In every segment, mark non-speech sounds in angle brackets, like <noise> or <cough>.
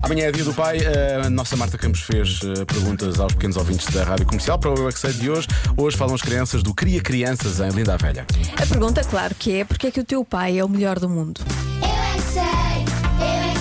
Amanhã é dia do pai. A nossa Marta Campos fez eh, perguntas aos pequenos ouvintes da rádio comercial para o Eu É Que Sei de hoje. Hoje falam as crianças do Cria Crianças em Linda a Velha. A pergunta, claro, que é porque é que o teu pai é o melhor do mundo? Eu é que sei, eu é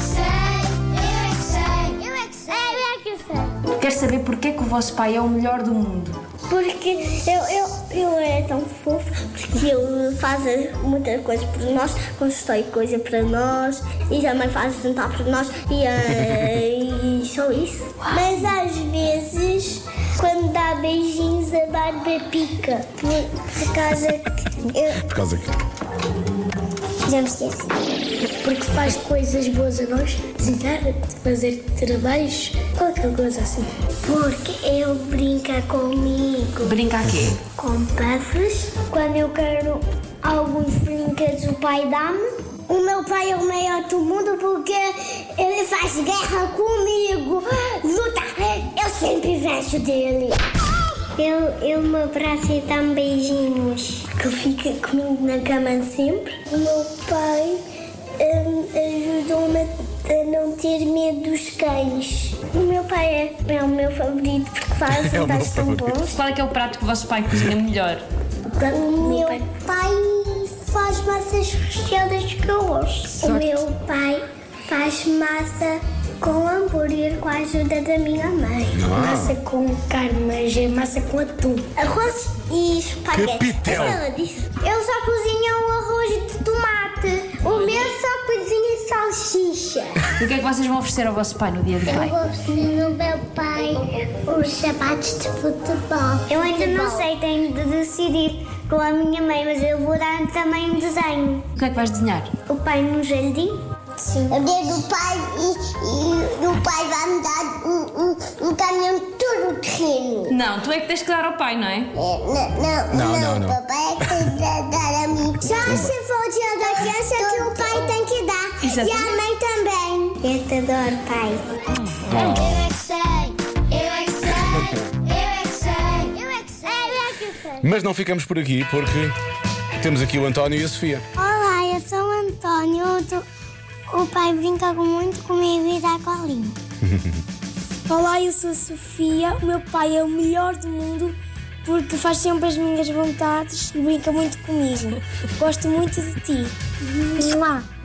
que sei, eu é que sei, eu é que sei, eu é que sei. Quero saber porque é que o vosso pai é o melhor do mundo. Porque eu, eu, eu é tão fofa, porque ele faz muitas coisas por nós, constrói coisa para nós e também faz jantar por nós e, eh, e só isso. Mas às vezes, quando dá beijinhos, a barba pica. Por, causa que eu, Por causa que. Já me esqueci. Porque faz coisas boas a nós, desenhar, fazer trabalhos, qualquer coisa assim. Porque ele brinca comigo. Brinca a quê? com puffs. Quando eu quero alguns brinquedos, o pai dá-me. O meu pai é o maior do mundo porque ele faz guerra comigo. Luta, eu sempre venço dele. Eu, eu me abraço e dá-me beijinhos. Que fica comigo na cama sempre. O meu pai ajudou-me a não ter medo dos cães. O meu pai é, é o meu favorito porque <laughs> faz É o meu jantares tão favorito. bons. Qual é que é o prato que o vosso pai cozinha melhor? O meu pai faz massas recheadas que eu gosto. O meu pai faz massa com hambúrguer com a ajuda da minha mãe. Massa com carne, mas é massa com atum. Arroz e espaguete. Capitel. Ela disse. Eu só cozinho o arroz de tomate. O meu só cozinha salsicha. E o que é que vocês vão oferecer ao vosso pai no dia do pai? oferecer no meu pai os sapatos de futebol. Eu ainda não sei, tenho de decidir com a minha mãe, mas eu vou dar também um desenho. O que é que vais desenhar? O pai no jardim? Sim. O dia do pai e, e o pai vai me dar um, um, um caminhão todo o terreno. Não, tu é que tens que dar ao pai, não é? É, Não, não, não. papai é que tem que dar a mim. Só se for o dia da criança que o pai tem que dar. Exatamente. a mãe também. Eu te adoro, pai. Eu é que sei, eu é que sei, eu é que sei, eu é que sei, eu é que sei. Mas não ficamos por aqui porque temos aqui o António e a Sofia. Olá, eu sou o Antônio. O do- O pai brinca com- muito comigo e dá colinho. <laughs> Olá, eu sou a Sofia. O meu pai é o melhor do mundo porque faz sempre as minhas vontades e brinca muito comigo. Gosto muito de ti. Vamos lá.